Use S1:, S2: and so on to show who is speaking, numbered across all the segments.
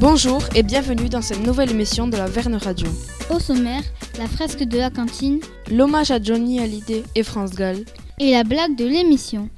S1: Bonjour et bienvenue dans cette nouvelle émission de la Verne Radio.
S2: Au sommaire, la fresque de la cantine
S1: L'hommage à Johnny Hallyday et France Gall.
S2: et la blague de l'émission.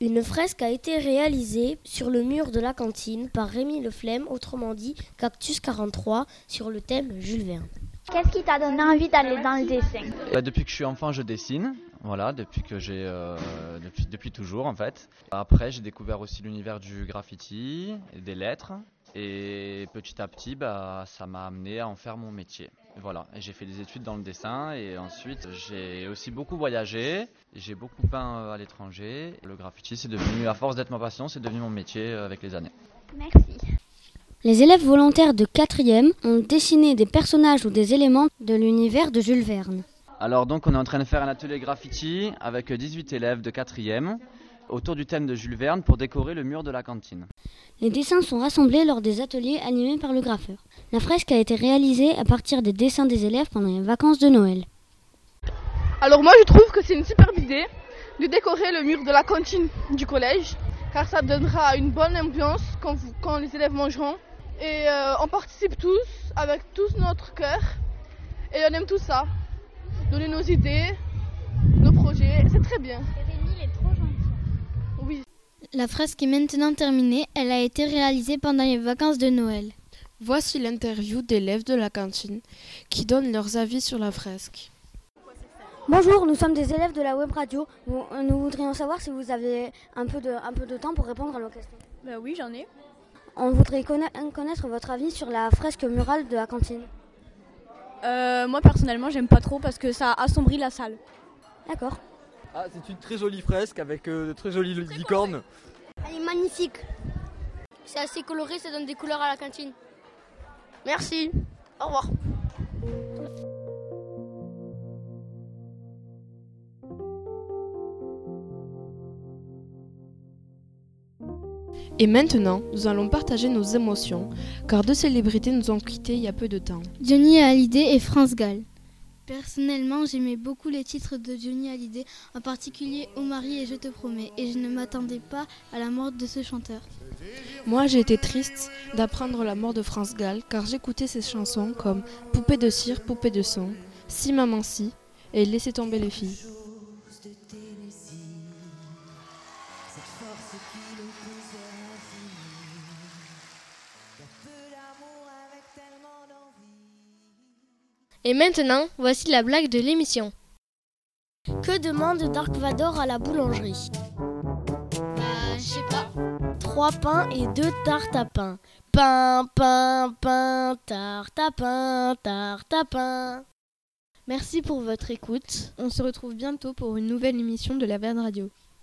S3: Une fresque a été réalisée sur le mur de la cantine par Rémi Le Flemme, autrement dit Cactus 43, sur le thème Jules Verne.
S4: Qu'est-ce qui t'a donné envie d'aller dans le dessin
S5: Bah, depuis que je suis enfant, je dessine. Voilà, depuis que j'ai euh, depuis, depuis toujours en fait. Après, j'ai découvert aussi l'univers du graffiti, et des lettres, et petit à petit, bah, ça m'a amené à en faire mon métier. Voilà, Et j'ai fait des études dans le dessin, et ensuite j'ai aussi beaucoup voyagé. J'ai beaucoup peint euh, à l'étranger. Le graffiti, c'est devenu, à force d'être ma passion, c'est devenu mon métier euh, avec les années.
S4: Merci.
S2: Les élèves volontaires de 4e ont dessiné des personnages ou des éléments de l'univers de Jules Verne.
S5: Alors donc on est en train de faire un atelier graffiti avec 18 élèves de 4e autour du thème de Jules Verne pour décorer le mur de la cantine.
S2: Les dessins sont rassemblés lors des ateliers animés par le graffeur. La fresque a été réalisée à partir des dessins des élèves pendant les vacances de Noël.
S6: Alors moi je trouve que c'est une superbe idée de décorer le mur de la cantine du collège car ça donnera une bonne ambiance quand, vous- quand les élèves mangeront et euh, on participe tous avec tous notre cœur et on aime tout ça. Donner nos idées, nos projets, c'est très bien. Oui.
S7: La fresque est maintenant terminée, elle a été réalisée pendant les vacances de Noël.
S1: Voici l'interview d'élèves de la cantine qui donnent leurs avis sur la fresque.
S2: Bonjour, nous sommes des élèves de la web radio. Nous, nous voudrions savoir si vous avez un peu de, un peu de temps pour répondre à nos questions.
S8: Bah oui, j'en ai.
S2: On voudrait conna- connaître votre avis sur la fresque murale de la cantine.
S8: Euh, moi personnellement, j'aime pas trop parce que ça assombrit la salle.
S2: D'accord.
S9: Ah, c'est une très jolie fresque avec euh, de très jolies licornes.
S2: Elle est magnifique. C'est assez coloré, ça donne des couleurs à la cantine.
S6: Merci. Au revoir.
S1: Et maintenant, nous allons partager nos émotions car deux célébrités nous ont quittés il y a peu de temps.
S7: Johnny Hallyday et France Gall. Personnellement, j'aimais beaucoup les titres de Johnny Hallyday, en particulier Au mari et Je te promets, et je ne m'attendais pas à la mort de ce chanteur.
S1: Moi, j'ai été triste d'apprendre la mort de France Gall car j'écoutais ses chansons comme Poupée de cire, poupée de son, Si maman si et Laissez tomber les filles.
S10: Et maintenant, voici la blague de l'émission.
S3: Que demande Dark Vador à la boulangerie Euh,
S10: je sais pas.
S3: Trois pains et deux tartes à pain. Pain, pain, pain, tarte à pain, tarte à pain.
S10: Merci pour votre écoute.
S7: On se retrouve bientôt pour une nouvelle émission de la Verne Radio.